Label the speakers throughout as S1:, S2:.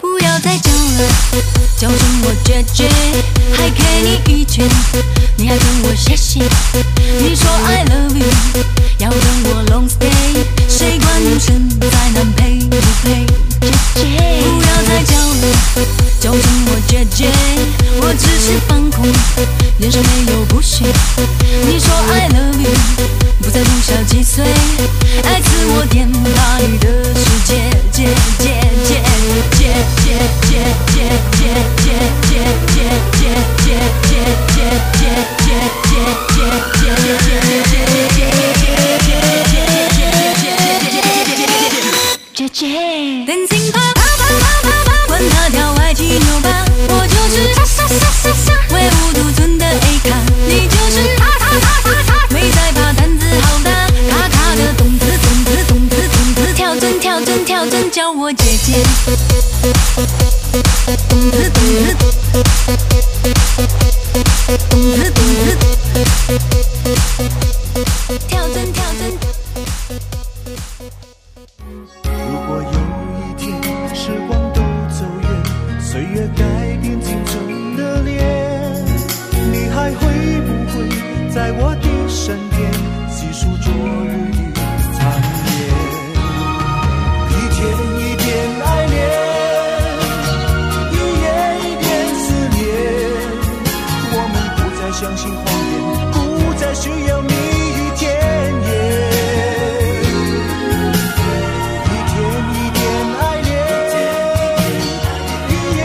S1: 不要再讲了，叫声我姐姐，还给你一拳，你还跟我谢谢。你说 I love you，要跟我 long stay，谁管你身在南配不配？姐姐，不要再叫了，叫声我姐姐，我只是放空，人生没有不许。你说 I love you，不在乎小几岁，爱自我点把你的世界，姐姐姐姐姐姐姐姐姐姐姐姐姐姐姐姐姐姐姐姐姐姐，Dancing pop pop pop pop pop，管他跳歪七扭八，我就是傻傻傻傻傻，唯吾独尊的 A 咖，你就是他他他他他，没在怕胆子好大，卡卡的动子动子动子动子，跳针跳针跳针，叫我姐姐，动子动子，动子动子，跳针跳针。
S2: 如果有一天时光都走远，岁月改变青春的脸，你还会不会在我的身边细数昨日的残烟？一天一点爱恋，一夜一点思念，我们不再相信谎言，不再需要蜜语甜言。一天一点爱恋，一夜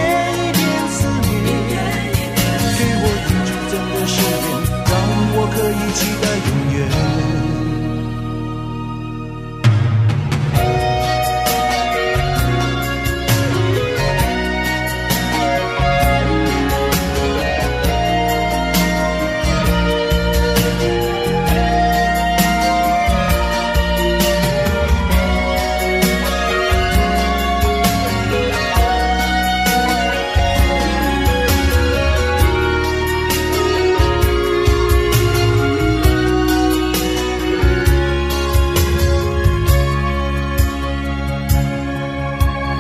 S2: 一点思念，给我一句真的誓言，让我可以期待永远。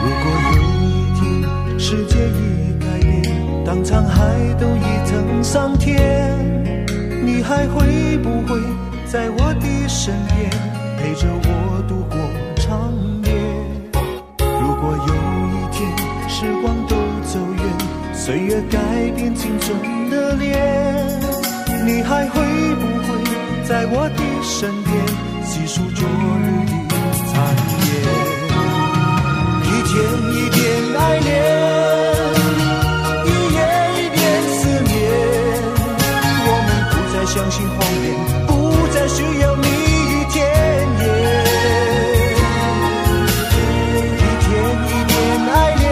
S2: 如果有一天世界已改变，当沧海都已成桑田，你还会不会在我的身边陪着我度过长夜？如果有一天时光都走远，岁月改变青春的脸，你还会不会在我的身边细数昨日的残夜？一天一点爱恋，一夜一点思念。我们不再相信谎言，不再需要蜜语甜言。一天一点爱恋，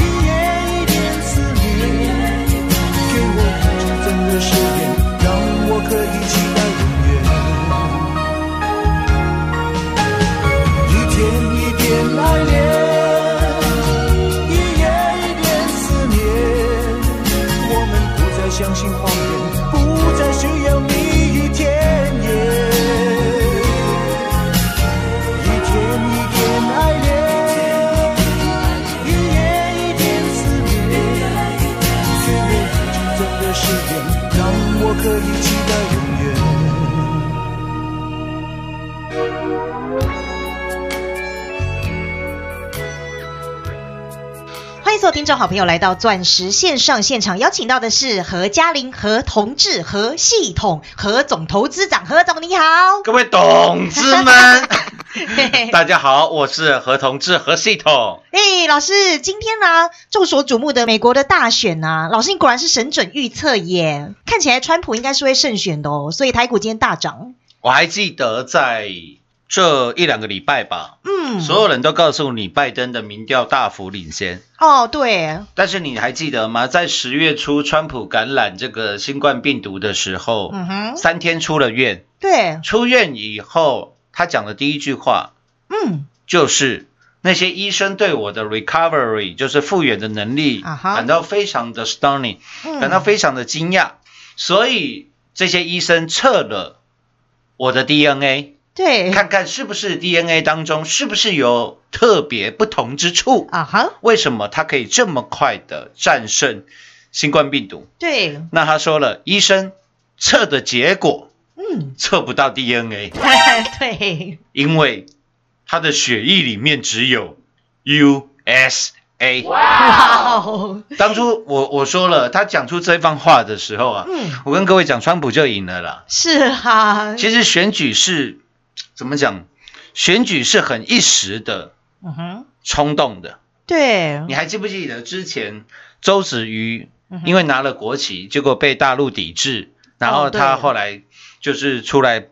S2: 一夜一点思念。给我一句真的誓言，让我可以期待永远。一天一点爱恋，一夜一点思念。我们不再相信谎言，不再需要蜜语甜言。一天一点爱恋，一夜一点思念。给我一句真的誓言，让我可以期待永远。
S3: 欢迎所有听众好朋友来到钻石线上现场，邀请到的是何嘉玲、何同志、何系统、何总投资长，何总你好。，
S4: 各位董子们大家好，我是何同志何系统。
S3: 哎，老师，今天呢、众所瞩目的美国的大选呢、老师你果然是神准预测耶，看起来川普应该是会胜选的哦，所以台股今天大涨。
S4: 我还记得在这一两个礼拜吧，
S3: 嗯，
S4: 所有人都告诉你拜登的民调大幅领先，
S3: 哦，对，
S4: 但是你还记得吗？在十月初川普感染这个新冠病毒的时候，
S3: 嗯哼，
S4: 三天出了院，
S3: 对，
S4: 出院以后他讲的第一句话
S3: 嗯，
S4: 就是。那些医生对我的 recovery 就是复原的能力
S3: 啊哈
S4: 感到非常的 stunning，
S3: 嗯
S4: 感到非常的惊讶，所以这些医生测了我的 DNA，
S3: 对，
S4: 看看是不是 DNA 当中是不是有特别不同之处。
S3: 啊哈，
S4: 为什么他可以这么快的战胜新冠病毒？
S3: 对，
S4: 那他说了，医生测的结果
S3: 嗯，
S4: 测不到 DNA，
S3: 对，
S4: 因为他的血液里面只有 USA。
S3: 哇哦，
S4: 当初我我说了，他讲出这番话的时候啊，
S3: 嗯，
S4: 我跟各位讲，川普就赢了啦。
S3: 是啊，
S4: 其实选举是怎么讲？选举是很一时的
S3: 嗯哼，
S4: 冲动的。
S3: 对，
S4: 你还记不记得之前周子瑜
S3: 嗯哼
S4: 因为拿了国旗，结果被大陆抵制，然后他
S3: 哦对
S4: 后来就是出来，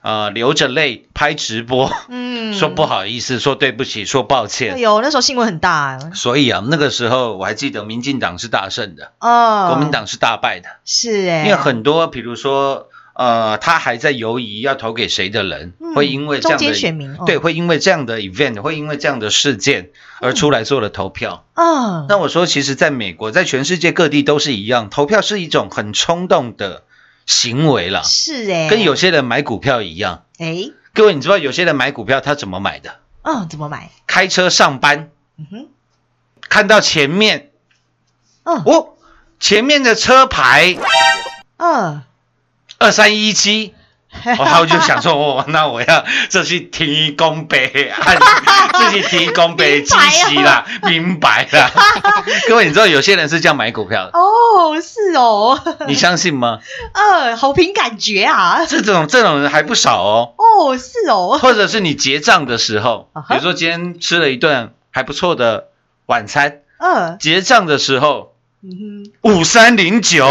S4: 呃，流着泪拍直播，
S3: 嗯，
S4: 说不好意思，说对不起，说抱
S3: 哎
S4: 歉。
S3: 呦，那时候新闻很大，
S4: 所以啊，那个时候我还记得民进党是大胜的，
S3: 哦，
S4: 国民党是大败的，
S3: 是哎，
S4: 因为很多，比如说，呃，他还在犹疑要投给谁的人，
S3: 嗯
S4: 会因为这
S3: 中
S4: 样的
S3: 间选民，哦
S4: 对，，会因为这样的 event，会因为这样的事件而出来做了投票。
S3: 嗯，
S4: 那我说，其实在美国，在全世界各地都是一样，投票是一种很冲动的行为啦，
S3: 是哎，
S4: 跟有些人买股票一样。
S3: 哎，
S4: 各位，你知道有些人买股票他怎么买的？
S3: 嗯，怎么买？
S4: 开车上班，
S3: 嗯哼，
S4: 看到前面
S3: 嗯
S4: 哦，前面的车牌
S3: 嗯，
S4: 二三一 七。然后我就想说，哦，那我要这是提供北 岸，这是提供北基息啦，明白哦啦。 各位，你知道有些人是这样买股票的，
S3: 哦，是哦，
S4: 你相信吗？
S3: 嗯，好凭感觉啊，
S4: 这种这种人还不少哦。
S3: 哦，是哦，
S4: 或者是你结账的时候
S3: 啊，哈
S4: 比如说今天吃了一顿还不错的晚餐，
S3: 嗯
S4: 结账的时候
S3: 嗯
S4: 五三零 九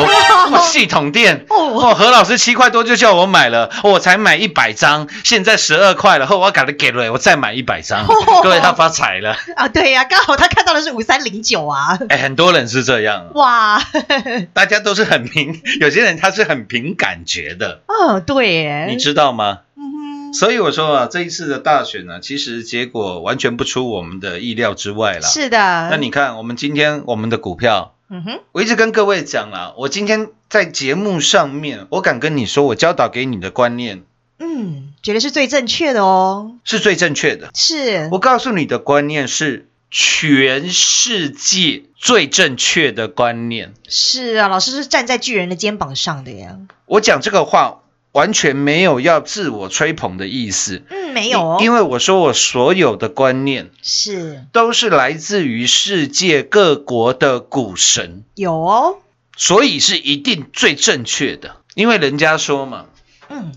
S4: 系统店。
S3: 哼，哦，
S4: 哦，何老师七块多就叫我买了，哦我才买一百张，现在十二块了，后哦我要赶紧给了，我再买一百张，各位他发财了。
S3: 啊，对呀，刚好他看到的是五三零九啊，
S4: 哎，很多人是这样，
S3: 哇，
S4: 大家都是很凭，有些人他是很凭感觉的，
S3: 嗯，对耶，
S4: 你知道吗？
S3: 嗯哼，
S4: 所以我说啊，这一次的大选呢、其实结果完全不出我们的意料之外啦。
S3: 是的，
S4: 那你看，我们今天我们的股票，
S3: 嗯哼，
S4: 我一直跟各位讲啦，我今天在节目上面，我敢跟你说，我教导给你的观念
S3: 嗯，觉得是最正确的哦，
S4: 是最正确的。
S3: 是，
S4: 我告诉你的观念是全世界最正确的观念。
S3: 是啊，老师是站在巨人的肩膀上的呀，
S4: 我讲这个话完全没有要自我吹捧的意思，
S3: 嗯，没有哦，
S4: 因因
S3: 为
S4: 为我说我所有的观念
S3: 是
S4: 都是来自于世界各国的股神。
S3: 有哦，
S4: 所以是一定最正确的，因为人家说嘛，
S3: 嗯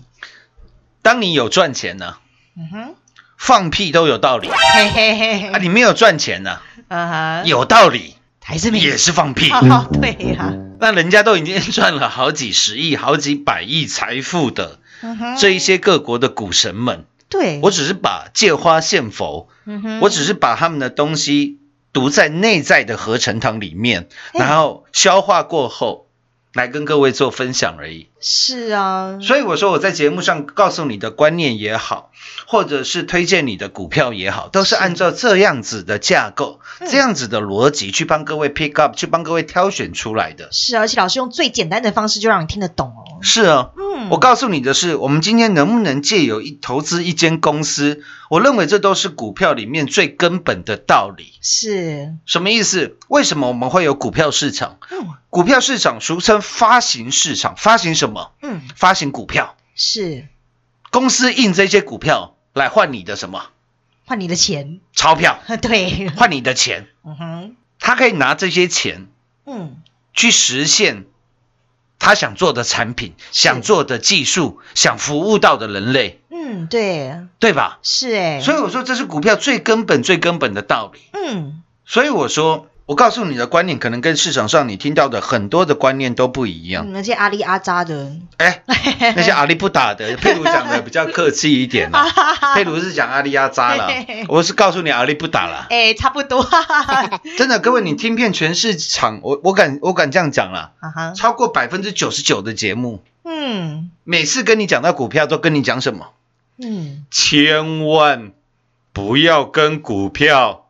S4: 当你有赚钱呢、
S3: 嗯哼，
S4: 放屁都有道理啊；
S3: 嘿嘿嘿嘿，
S4: 你没有赚钱呢、
S3: 啊哈，
S4: 有道理
S3: 还是没
S4: 也是 放屁。
S3: 哦，对呀，
S4: 那人家都已经赚了好几十亿、好几百亿财富的
S3: 嗯哼，
S4: 这一些各国的股神们，
S3: 对，
S4: 我只是把借花献佛，
S3: 嗯哼，
S4: 我只是把他们的东西读在内在的合成糖里面，
S3: 嗯
S4: 然后消化过后来跟各位做分享而已。
S3: 是啊，
S4: 所以我说我在节目上告诉你的观念也好，或者是推荐你的股票也好，都是按照这样子的架构、
S3: 嗯
S4: 这样子的逻辑去帮各位 pick up，去帮各位挑选出来的。
S3: 是啊，而且老师用最简单的方式就让你听得懂哦。
S4: 是啊，
S3: 嗯，
S4: 我告诉你的是，我们今天能不能借由一投资一间公司，我认为这都是股票里面最根本的道理。
S3: 是，
S4: 什么意思？为什么我们会有股票市场？
S3: 嗯
S4: 股票市场俗称发行市场，发行什么？
S3: 嗯
S4: 发行股票，
S3: 是，
S4: 公司印这些股票来换你的什么？
S3: 换你的钱，
S4: 钞票，
S3: 对，
S4: 换你的钱，
S3: 嗯哼，
S4: 他可以拿这些钱
S3: 嗯
S4: 去实现他想做的产品、想做的技术、想服务到的人类，
S3: 嗯，对，
S4: 对吧？
S3: 是哎、
S4: 所以我说这是股票最根本、最根本的道理。
S3: 嗯
S4: 所以我说，我告诉你的观念，可能跟市场上你听到的很多的观念都不一样。
S3: 嗯，那些阿里阿扎的，
S4: 哎、那些阿里不打的，佩鲁讲的比较客气一 点啦、佩鲁是讲阿里阿扎啦
S3: 啊嘿嘿嘿，
S4: 我是告诉你阿里不打啦。
S3: 哎，差不 多，哈哈哈
S4: 真的，各位，你听遍全市场，我我敢我敢这样讲啦，
S3: 啊哈，
S4: 超过百分之九十九的节目，
S3: 嗯
S4: 每次跟你讲到股票，都跟你讲什么？
S3: 嗯，
S4: 千万不要跟股票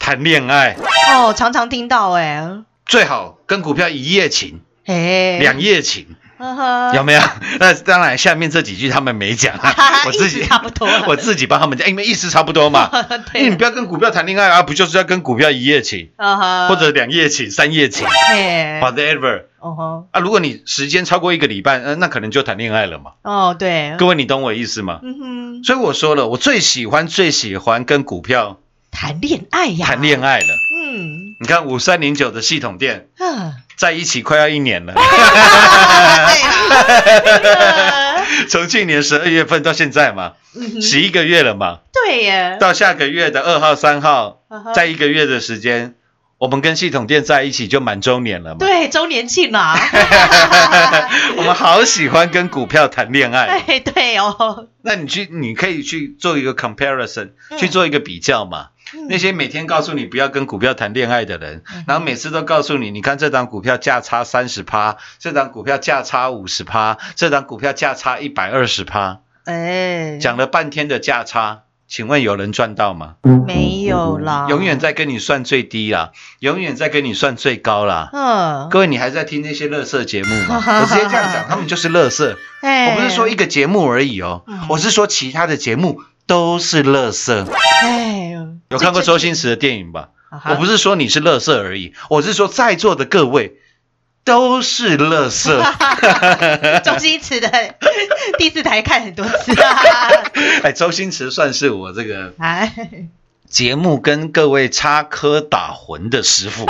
S4: 谈恋爱，
S3: 哦，常常听到哎、
S4: 最好跟股票一夜情、
S3: 哎，呃
S4: 两夜情，
S3: 呵呵，，
S4: 有没 有？那当然，下面这几句他们没讲啊我自己
S3: 意思差不多。
S4: 我自己帮他们讲，因为意思差不多嘛 因
S3: 对
S4: 为你不要跟股票谈恋爱啊，不就是要跟股票一夜情，
S3: 啊哈，
S4: 或者两夜情、三夜情
S3: 哎，
S4: ，whatever。
S3: 哦吼，
S4: 啊，如果你时间超过一个礼拜，嗯、那可能就谈恋爱了嘛。
S3: 哦对，
S4: 各位，你懂我意思吗？
S3: 嗯哼，
S4: 所以我说了，我最喜欢最喜欢跟股票
S3: 谈恋爱呀，
S4: 谈恋
S3: 爱，
S4: 爱了。
S3: 嗯
S4: 你看五三零九的系统店
S3: 啊，
S4: 在一起快要 一年了，
S3: 对啦，
S4: 从去年十二月份到现在嘛，
S3: 嗯哼
S4: 十一个月了嘛，
S3: 对耶，
S4: 到下个月的二号、三号
S3: 嗯哼，
S4: 在一个月的时间，我们跟系统店在一起就满周年了嘛。
S3: 对周年庆啊啦，
S4: 我们好喜欢跟股票谈恋爱。
S3: 哎对哦，
S4: 那你去，你可以去做一个 comparison，、去
S3: 嗯
S4: 做一个比较嘛。那些每天告诉你不要跟股票谈恋爱的
S3: 嗯
S4: 人，然后每次都告诉你，你看这档股票价差三十趴，这档股票价差五十趴，这档股票价差一百二十趴，
S3: 哎，
S4: 讲了半天的价差，请问有人赚到吗？
S3: 没有啦，
S4: 永远在跟你算最低啦，永远在跟你算最高啦。
S3: 嗯，
S4: 各位，你还在听那些乐色节目吗？我直接这样讲，他们就是乐色。
S3: 啊哎嗯
S4: 我不是说一个节目而已哦，我是说其他的节目都是乐色。
S3: 哎，啊
S4: 有看过周星驰的电影吧？我不
S3: 是
S4: 是说你是乐色而已，我是说在座的各位都是乐色。
S3: 周星驰的 第四台看很多 次啊，
S4: 哎，周星驰算是我这个
S3: 哎，
S4: 节目跟各位插科打诨的 师傅。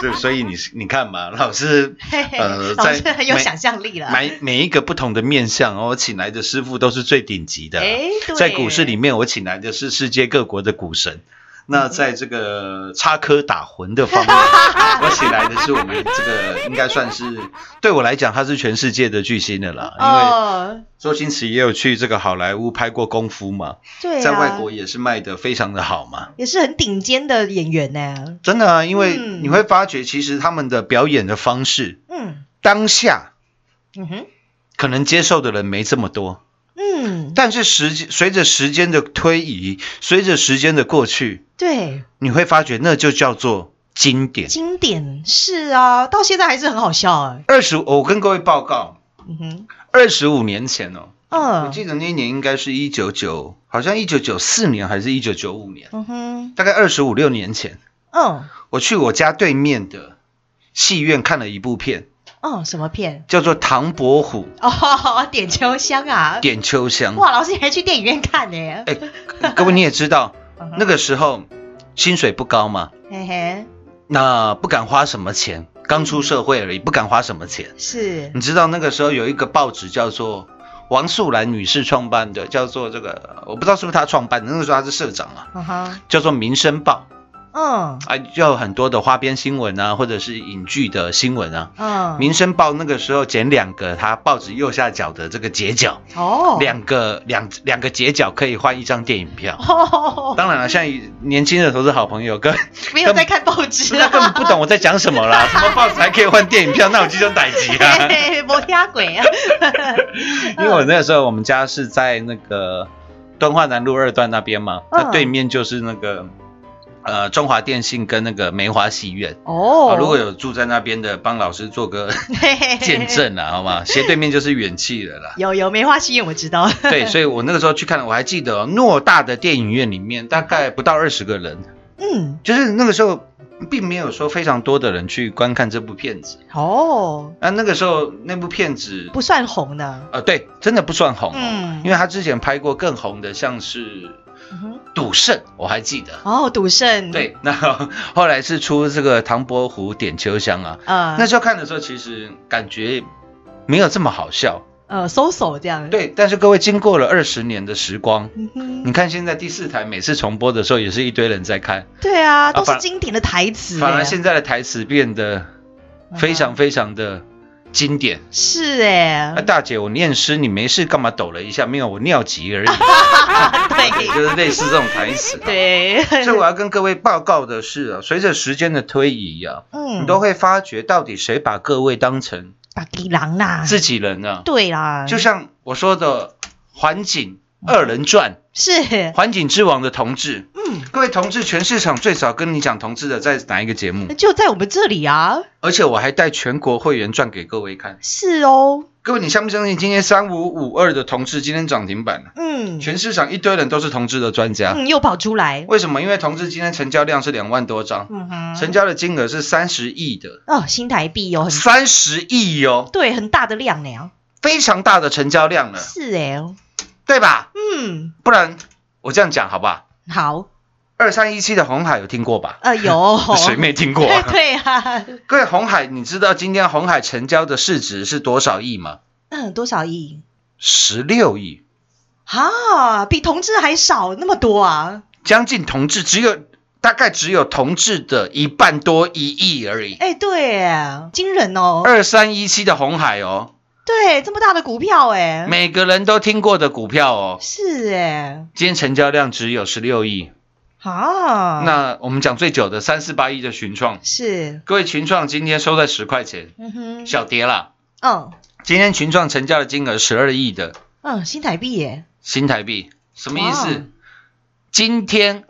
S4: 所以所以你是你看嘛，老师
S3: 嘿嘿
S4: 呃，
S3: 老
S4: 在
S3: 师很有
S4: 每
S3: 想象力了，
S4: 每每一个不同的面向哦，我请来的师傅都是最顶级的。
S3: 哎对
S4: 在股市里面，我请来的是世界各国的股神。那
S3: 嗯
S4: 在这个插科打诨的 方面，我请来的是我们这个应该算是对我来讲，他是全世界的巨星的啦。因为
S3: 哦，
S4: 周星驰也有去这个好莱坞拍过功夫嘛，
S3: 对啊，
S4: 在外国也是卖的非常的好嘛。
S3: 也是很顶尖的演员呢，
S4: 真的啊，因为
S3: 嗯
S4: 你会发觉，其实他们的表演的方式，
S3: 嗯
S4: 当下
S3: 嗯哼，
S4: 可能接受的人没这么多。
S3: 嗯，
S4: 但是时间随着时间的推移，随着时间的过去，
S3: 对，
S4: 你会发觉那就叫做经典。
S3: 经典是啊，到现在还是很好笑哎、
S4: 二十，我跟各位报告，
S3: 嗯哼，
S4: 二十五年前哦，我
S3: 嗯，
S4: 记得那一年应该是一九九，好像一九九四年还是一九九五年，
S3: 嗯哼，
S4: 大概二十五六年前，
S3: 嗯
S4: 我去我家对面的戏院看了一部片，
S3: 嗯，什么片？
S4: 叫做《唐伯虎
S3: 哦， 点秋香啊，
S4: 点秋香》。
S3: 哇，老师你还去电影院看呢、
S4: 哎，各位你也知道，
S3: 嗯哼
S4: 那个时候薪水不高嘛，
S3: 嘿嘿，
S4: 那不敢花什么钱，刚出社会而已，不敢花什么钱。
S3: 是，
S4: 你知道那个时候有一个报纸叫做王素兰女士创办的，叫做这个，我不知道是不是她创办的，那个时候她是社长啊，
S3: 嗯哼，
S4: 叫做《民生报
S3: 嗯》
S4: 啊，就有很多的花边新闻啊，或者是影剧的新闻啊。《
S3: 嗯，
S4: 民生报》那个时候剪两个，它报纸右下角的这个截角，
S3: 哦，
S4: 两个两两个截角可以换一张电影票。
S3: 哦，
S4: 当然了，现在年轻的投资好朋友跟
S3: 没有在看报纸
S4: 他根本
S3: 啊，
S4: 不懂我在讲什么啦，什么报纸还可以换电影票，那我就叫逮鸡 啊！
S3: 嘿嘿，摩天鬼 啊，
S4: 因为我那个时候我们家是在那个敦化南路二段那边嘛，
S3: 嗯
S4: 那对面就是那个呃中华电信跟那个梅华戏院。
S3: 哦
S4: 啊，如果有住在那边的，帮老师 做个
S3: 嘿嘿嘿。
S4: 见证啦，好吗？斜对面就是远气了啦
S3: 有有梅花戏院我知道，
S4: 对，所以我那个时候去看，我还记得哦偌、大的电影院里面大概不到二十个人，
S3: 嗯，
S4: 就是那个时候并没有说非常多的人去观看这部片子。
S3: 哦，
S4: 啊，那个时候那部片子
S3: 不算红呢，
S4: 呃，对，真的不算红、哦，
S3: 嗯
S4: 因为他之前拍过更红的，像是《
S3: 嗯哼，
S4: 赌圣》，我还记得。
S3: 哦，赌圣，，
S4: 对，那后来是出这个《唐伯虎点秋香》啊，
S3: 呃，
S4: 那时候看的时候，其实感觉没有这么好笑，
S3: 呃收手这样。，
S4: 对，但是各位经过了二十年的时光，
S3: 嗯哼，
S4: 你看现在第四台每次重播的时候，也是一堆人在看，
S3: 对啊，都是
S4: 反
S3: 经典的台词欸。
S4: 反而现在的台词变得
S3: 嗯
S4: 非常非常的经典。
S3: 是哎
S4: 啊，，大姐，我念诗，你没事干嘛抖了一下？没有，我尿急 而已，啊
S3: 对
S4: 就是类似这种台词、。
S3: 哎对，
S4: 所以我要跟各位报告的是啊，随着时间的推移啊，
S3: 嗯
S4: 你都会发觉到底谁把各位当成
S3: 打地狼啦，
S4: 自己人呢、
S3: 啊哎对啦，
S4: 就像我说的，环景二人转，
S3: 是
S4: 环景之王的同志，
S3: 嗯，
S4: 各位同志，全市场最少跟你讲同志的在哪一个节目？
S3: 就在我们这里啊，
S4: 而且我还带全国会员转给各位看。
S3: 是哦，
S4: 各位，你相不相信今天三五五二的同志今天涨停板了？
S3: 嗯
S4: 全市场一堆人都是同志的专家，
S3: 嗯，又跑出来，
S4: 为什么？因为同志今天成交量是两万多张，
S3: 嗯哼，
S4: 成交的金额是三十亿的，
S3: 哦，新台币有很
S4: 三十亿哦，
S3: 对很大的量呢，
S4: 非常大的成交量了，
S3: 是哎，
S4: 对吧？
S3: 嗯，
S4: 不然我这样讲好不好？
S3: 好，
S4: 二三一七的红海有听过吧？
S3: 呃，有
S4: 谁没听过、啊？
S3: 对啊，
S4: 各位，红海，你知道今天红海成交的市值是多少亿吗？
S3: 嗯，多少亿
S4: 十六亿，
S3: 啊？比同志还少那么多啊？
S4: 将近同志只有大概只有同志的一半多一亿而已。
S3: 哎，对耶，惊人哦，
S4: 二三一七的红海哦，
S3: 对，这么大的股票哎，
S4: 每个人都听过的股票哦，
S3: 是哎，
S4: 今天成交量只有十六亿。
S3: 啊，
S4: 那我们讲最久的三四八亿的群创，
S3: 是，
S4: 各位群创今天收在十块钱，
S3: 嗯哼，
S4: 小跌啦。
S3: 嗯
S4: 今天群创成交的金额十二亿的
S3: 嗯，新台币耶，
S4: 新台币，什么意
S3: 哇
S4: 思？今天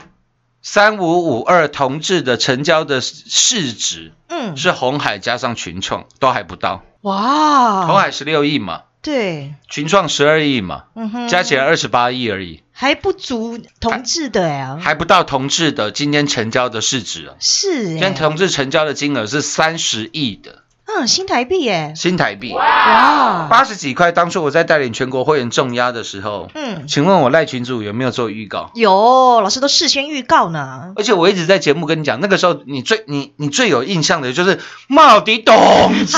S4: 三五五二同志的成交的市值
S3: 嗯，
S4: 是红海加上群创都还不到，红
S3: 哇，
S4: 海十六亿嘛，
S3: 对，
S4: 群创十二亿嘛，
S3: 嗯哼，
S4: 加起来二十八亿而已，
S3: 还不足同志的呀、
S4: 还不到同志的今天成交的市值啊。
S3: 是
S4: 今
S3: 哎、
S4: 天同志成交的金额是三十亿的
S3: 嗯，新台币耶，
S4: 新台币，
S3: 哇，
S4: 八十几块。当初我在带领全国会员重压的时候，
S3: 嗯，
S4: 请问我赖群主有没有做预告？
S3: 有老师都事先预告呢，
S4: 而且我一直在节目跟你讲，那个时候你最你你最有印象的就是茂迪董 之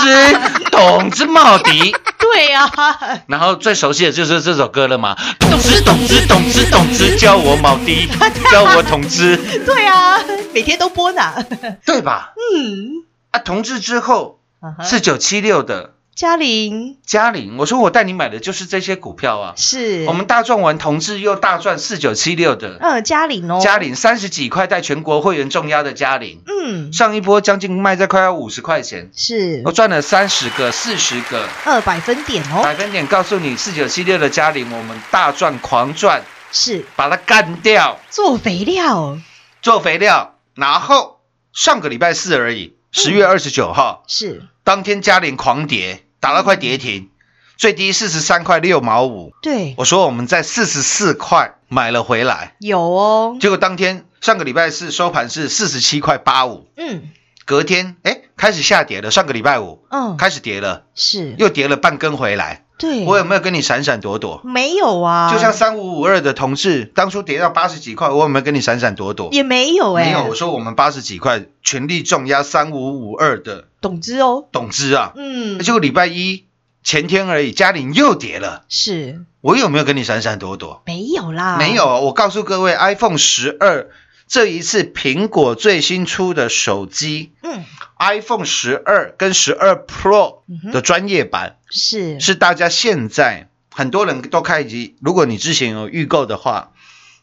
S4: 董之茂迪，
S3: 对
S4: 啊
S3: 呀、
S4: 然后最熟悉的就是这首歌了嘛，董之董之董之董之叫我茂迪，叫我统之，
S3: 对呀、每天都播呢，
S4: 对吧？
S3: 嗯，
S4: 啊，同志之后
S3: 啊哈
S4: 是九七六的
S3: 嘉玲
S4: 嘉玲，我说我带你买的就是这些股票啊，
S3: 是
S4: 我们大赚完同志又大赚四九七六的
S3: 嗯嘉玲哦，
S4: 嘉玲，三十几块带全国会员重压的嘉玲，
S3: 嗯
S4: 上一波将近卖在快要五十块钱。
S3: 是
S4: 我赚了三十个、四十个
S3: 二百分点哦，
S4: 百分点，告诉你四九七六的嘉玲，我们大赚狂赚，
S3: 是
S4: 把它干掉，
S3: 做肥料
S4: 做肥料。然后上个礼拜四而已，十月二十九号、
S3: 是
S4: 当天嘉玲狂跌，打到快跌停，最低四十三块六毛五。
S3: 对
S4: 我说我们在四十四块买了回来，
S3: 有哦，
S4: 结果当天上个礼拜四收盘是四十七块八五，
S3: 嗯
S4: 隔天哎开始下跌了，上个礼拜五
S3: 嗯
S4: 开始跌了，
S3: 是
S4: 又跌了半根回来。
S3: 对，
S4: 我有没有跟你闪闪躲躲？
S3: 没有啊，
S4: 就像三五五二的同事，当初跌到八十几块，我有没有跟你闪闪躲躲？
S3: 也没有哎、
S4: 没有，我说我们八十几块全力重压三五五二的
S3: 董之哦，
S4: 董之啊，
S3: 嗯
S4: 结果礼拜一前天而已，嘉玲又跌了，
S3: 是
S4: 我有没有跟你闪闪躲躲？
S3: 没有啦，
S4: 没有，我告诉各位，iPhone 十二这一次苹果最新出的手机
S3: 嗯，
S4: iPhone 十二跟十二 Pro
S3: 嗯哼
S4: 的专业版，
S3: 是
S4: 是大家现在很多人都开始，如果你之前有预购的话，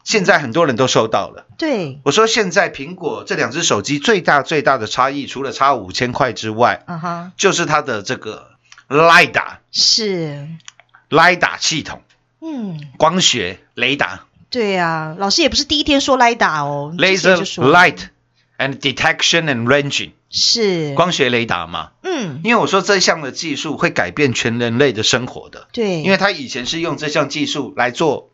S4: 现在很多人都收到了。
S3: 对，
S4: 我说现在苹果这两只手机最大最大的差异，除了差五千块之外，
S3: 啊哈，
S4: 就是它的这个 LiDAR
S3: 是，
S4: LiDAR 系统，
S3: 嗯，
S4: 光学雷达
S3: 对啊，老师也不是第一天说 l i d a 哦之前
S4: （Laser
S3: 就说
S4: Light and Detection and Ranging）
S3: 是，
S4: 光学雷达嘛。
S3: 嗯，
S4: 因为我说这项的技术会改变全人类的生活的，
S3: 对，
S4: 因为它以前是用这项技术来做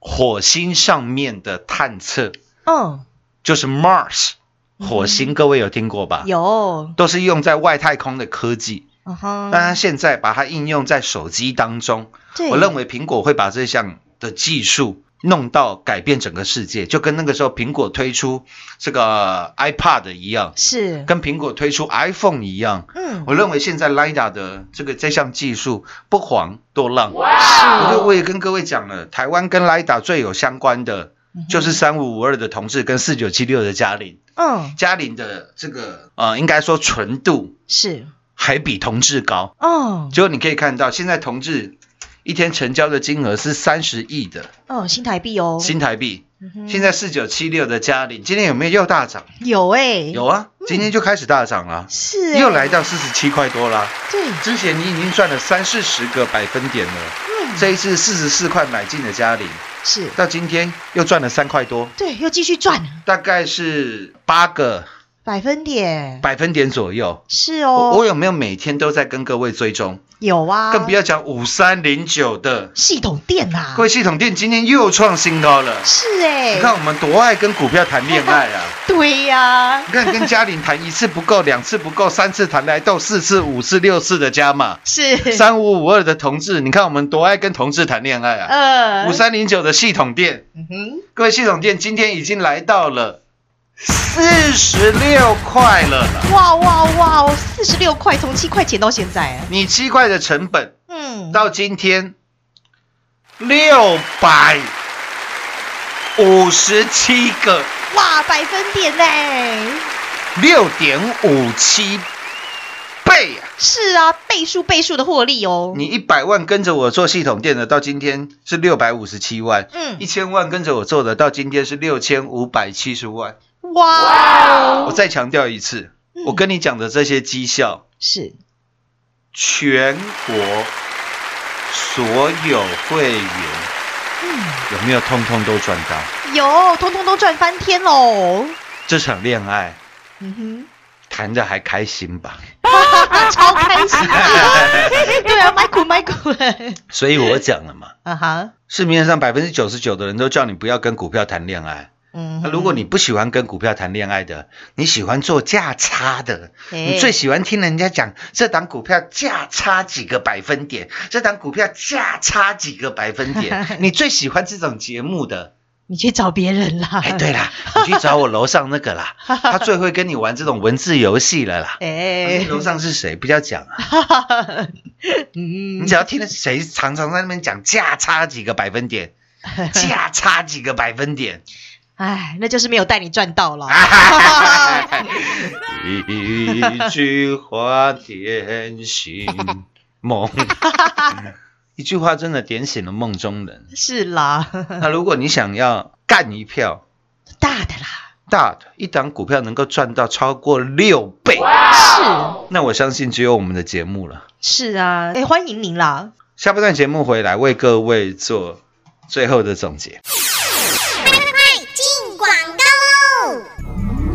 S4: 火星上面的探测，
S3: 嗯
S4: 就是 Mars 火星，各位有听过吧？
S3: 有，
S4: 都是用在外太空的科技，
S3: 啊
S4: 但它
S3: 哈，
S4: 现在把它应用在手机当中，
S3: 对，
S4: 我认为苹果会把这项的技术弄到改变整个世界，就跟那个时候苹果推出这个 iPad 一样，
S3: 是，
S4: 跟苹果推出 iPhone 一样。
S3: 嗯，
S4: 我认为现在 LiDAR 的这个这项技术不遑多让。我就
S3: 哇
S4: 我也跟各位讲了，台湾跟 LiDAR 最有相关的就是三五五二的同志跟四九七六的嘉玲，
S3: 嗯，
S4: 嘉玲的这个呃，应该说纯度
S3: 是，
S4: 还比同志高。
S3: 哦，
S4: 结果你可以看到，现在同志一天成交的金额是三十亿的
S3: 哦，新台币哦，
S4: 新台币，
S3: 嗯哼
S4: 现在四九七六的嘉玲今天有没有又大涨？
S3: 有哎、
S4: 有啊，今天就开始大涨了，
S3: 是、欸
S4: 又来到四十七块多啦。
S3: 对，
S4: 之前你已经赚了三四十个百分点了，
S3: 嗯，
S4: 这一次四十四块买进的嘉玲，
S3: 是，
S4: 到今天又赚了三块多，
S3: 对，又继续赚
S4: 大概是八个
S3: 百分点，
S4: 百分点左右。
S3: 是
S4: 我
S3: 哦，
S4: 我有没有每天都在跟各位追踪？
S3: 有啊，
S4: 更不要讲五三零九的
S3: 系统店呐、
S4: 各位系统店今天又创新高了。
S3: 啊是哎、
S4: 你看我们多爱跟股票谈恋爱啊！
S3: 对呀、
S4: 你看跟嘉玲谈一次不够，两次不够，三次谈来到四次、五次、六次的加码。
S3: 是，
S4: 三五五二的同志，你看我们多爱跟同志谈恋爱啊！
S3: 呃
S4: 五，三零九的系统店，
S3: 嗯哼，
S4: 各位系统店今天已经来到了四十六块了啦
S3: 哇哇哇，四十六块，从七块钱到现在，
S4: 你七块的成本
S3: 嗯，
S4: 到今天六百五十七个
S3: 哇，百分点嘞、
S4: 六点五七倍啊！
S3: 是啊，倍数倍数的获利哦，
S4: 你一百万跟着我做系统店的，到今天是六百五十七万；一
S3: 嗯，
S4: 千万跟着我做的，到今天是六千五百七十万。
S3: 哇
S4: 我
S3: 哦，
S4: 再强调一次，
S3: 嗯
S4: 我跟你讲的这些绩效，
S3: 是，
S4: 全国所有会员
S3: 嗯，
S4: 有没有通通都赚到？
S3: 有，通通都赚翻天喽，
S4: 这场恋爱
S3: 嗯哼。
S4: 谈的还开心吧？
S3: 超开心的，对啊，买股买股，
S4: 所以我讲了嘛，
S3: 啊哈，
S4: 市面上百分之九十九的人都叫你不要跟股票谈恋爱。
S3: 嗯
S4: 啊那如果你不喜欢跟股票谈恋爱的，你喜欢做价差的，你
S3: 哎
S4: 最喜欢听人家讲这档股票价差几个百分点，这档股票价差几个百分点，你最喜欢这种节目的，
S3: 你去找别人啦，
S4: 哎，对啦，你去找我楼上那个 啦，他最会跟你玩这种文字游戏了啦。
S3: 哎，
S4: 楼上啊是谁？不要讲啊！
S3: 嗯
S4: 你只要听了谁常常在那边讲价差几个百 分点，价差几个百分点，
S3: 哎，那就是没有带你赚到了，
S4: 啊
S3: 哦
S4: 一句话点醒 梦，一句话真的点醒了梦中人。
S3: 是啦，
S4: 那如果你想要干一票
S3: 大的啦，
S4: 大的，一档股票能够赚到超过六倍，
S3: 哦
S4: 那我相信只有我们的节目了。
S3: 是是啊，哎，欢迎您啦，
S4: 下半段节目回来为各位做最后的总结。
S5: 进广告喽！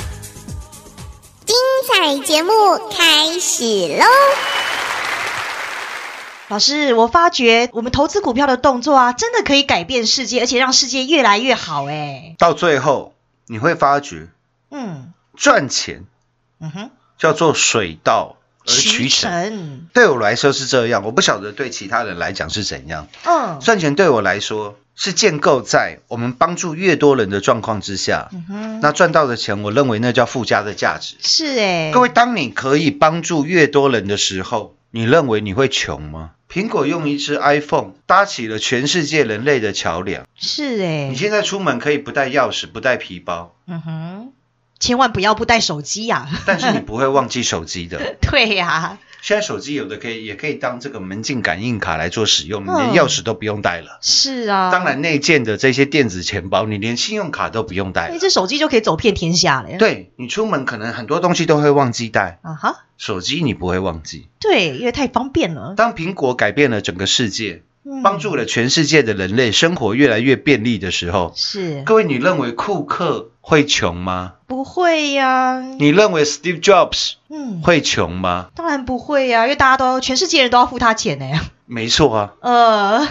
S5: 彩节目开始喽！
S3: 老师，我发觉我们投资股票的动作啊，真的可以改变世界，而且让世界越来越好，哎，
S4: 到最后你会发觉，
S3: 嗯
S4: 赚钱
S3: 嗯哼，
S4: 叫做水到而渠成。
S3: 成，
S4: 对我来说是这样，我不晓得对其他人来讲是怎样。
S3: 嗯
S4: 赚钱对我来说是建构在我们帮助越多人的状况之下，
S3: 嗯哼，
S4: 那赚到的钱，我认为那叫附加的价值。
S3: 是哎，
S4: 各位，当你可以帮助越多人的时候，你认为你会穷吗？苹果用一只 iPhone 搭起了全世界人类的桥梁。
S3: 是哎
S4: 你，现在出门可以不带钥匙，不带皮包，
S3: 嗯哼，千万不要不带手机呀、
S4: 但是你不会忘记手机的。
S3: 对呀、
S4: 现在手机有的可以也可以当这个门禁感应卡来做使用，你
S3: 嗯
S4: 连钥匙都不用带了。
S3: 是啊，
S4: 当然，内建的这些电子钱包，你连信用卡都不用
S3: 哎，
S4: 带了。
S3: 这手机就可以走遍天下了。
S4: 对你出门可能很多东西都会忘记带，
S3: 啊哈，
S4: 手机你不会忘记。
S3: 对，因为太方便了，
S4: 当苹果改变了整个世界，
S3: 嗯
S4: 帮助了全世界的人类生活越来越便利的时候，
S3: 是
S4: 各位，你认为库克会穷吗？
S3: 不会呀、
S4: 你认为 Steve Jobs
S3: 嗯，
S4: 会穷吗？
S3: 当然不会呀、因为大家都全世界人都要付他钱呢、
S4: 没错啊。
S3: 呃，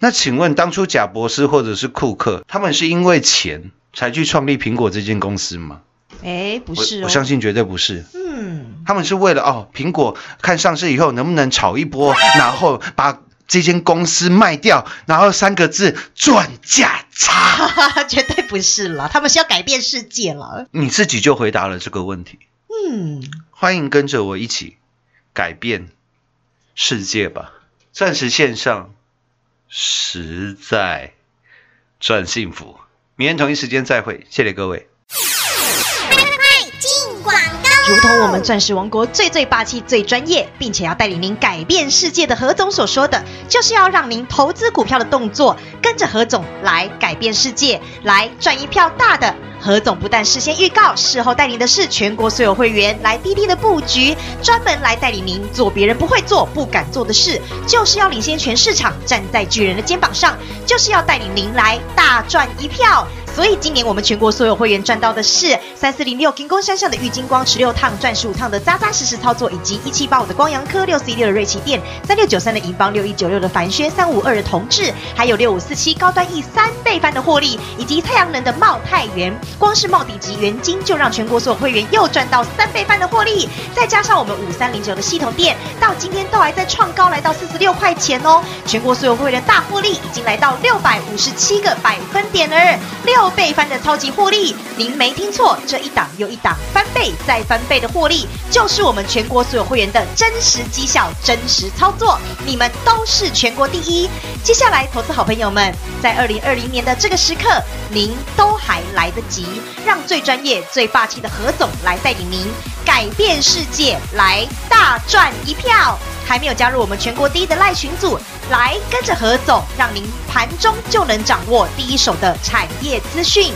S4: 那请问，当初贾博士或者是库克，他们是因为钱才去创立苹果这间公司吗？
S3: 哎，不
S4: 不
S3: 是哦，
S4: 我相信绝对不是。
S3: 嗯，
S4: 他们是为了哦，苹果看上市以后能不能炒一波，然后把这间公司卖掉，然后三个字赚价差。
S3: 哈哈，绝对不是啦，他们是要改变世界了。
S4: 你自己就回答了这个问题。
S3: 嗯，
S4: 欢迎跟着我一起改变世界吧！钻石线上，实在赚幸福。明天同一时间再会，谢谢各位。
S5: 进广告，
S3: 如同我们钻石王国最最霸气、最专业，并且要带领您改变世界的何总所说的，就是要让您投资股票的动作跟着何总来改变世界，来赚一票大的。何总不但事先预告，事后带领的是全国所有会员来滴滴的布局，专门来带领您做别人不会做、不敢做的事，就是要领先全市场，站在巨人的肩膀上，就是要带领您来大赚一票。所以今年我们全国所有会员赚到的是三四零六金光山上的玉金光十六趟赚十五趟的扎扎实实操作，以及一七八五的光阳科六四一六的瑞奇店三六九三的银邦六一九六的凡轩三五二的同志，还有六五四七高端 E 三倍翻的获利，以及太阳能的茂泰元，光是茂底及元金就让全国所有会员又赚到三倍翻的获利，再加上我们五三零九的系统店，到今天都还在创高，来到四十六块钱哦。全国所有会员的大获利已经来到六百五十七个百分点了，六倍翻的超级获利，您没听错，这一档又一档翻倍再翻倍的获利，就是我们全国所有会员的真实绩效、真实操作，你们都是全国第一。接下来，投资好朋友们，在二零二零年的这个时刻，您都还来得及，让最专业、最霸气的何总来带领您改变世界，来大赚一票。还没有加入我们全国第一的赖群组，来跟着何总，让您盘中就能掌握第一手的产业资讯。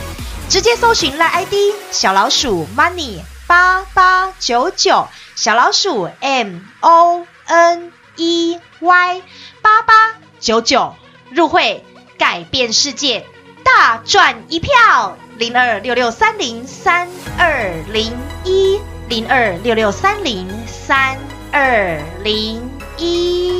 S3: 直接搜寻赖 ID 小老鼠 money 八八九九，小老鼠 M O N E Y 八八九九入会，改变世界，大赚一票。零二六六三零三二零一，零二六六三零三二零一。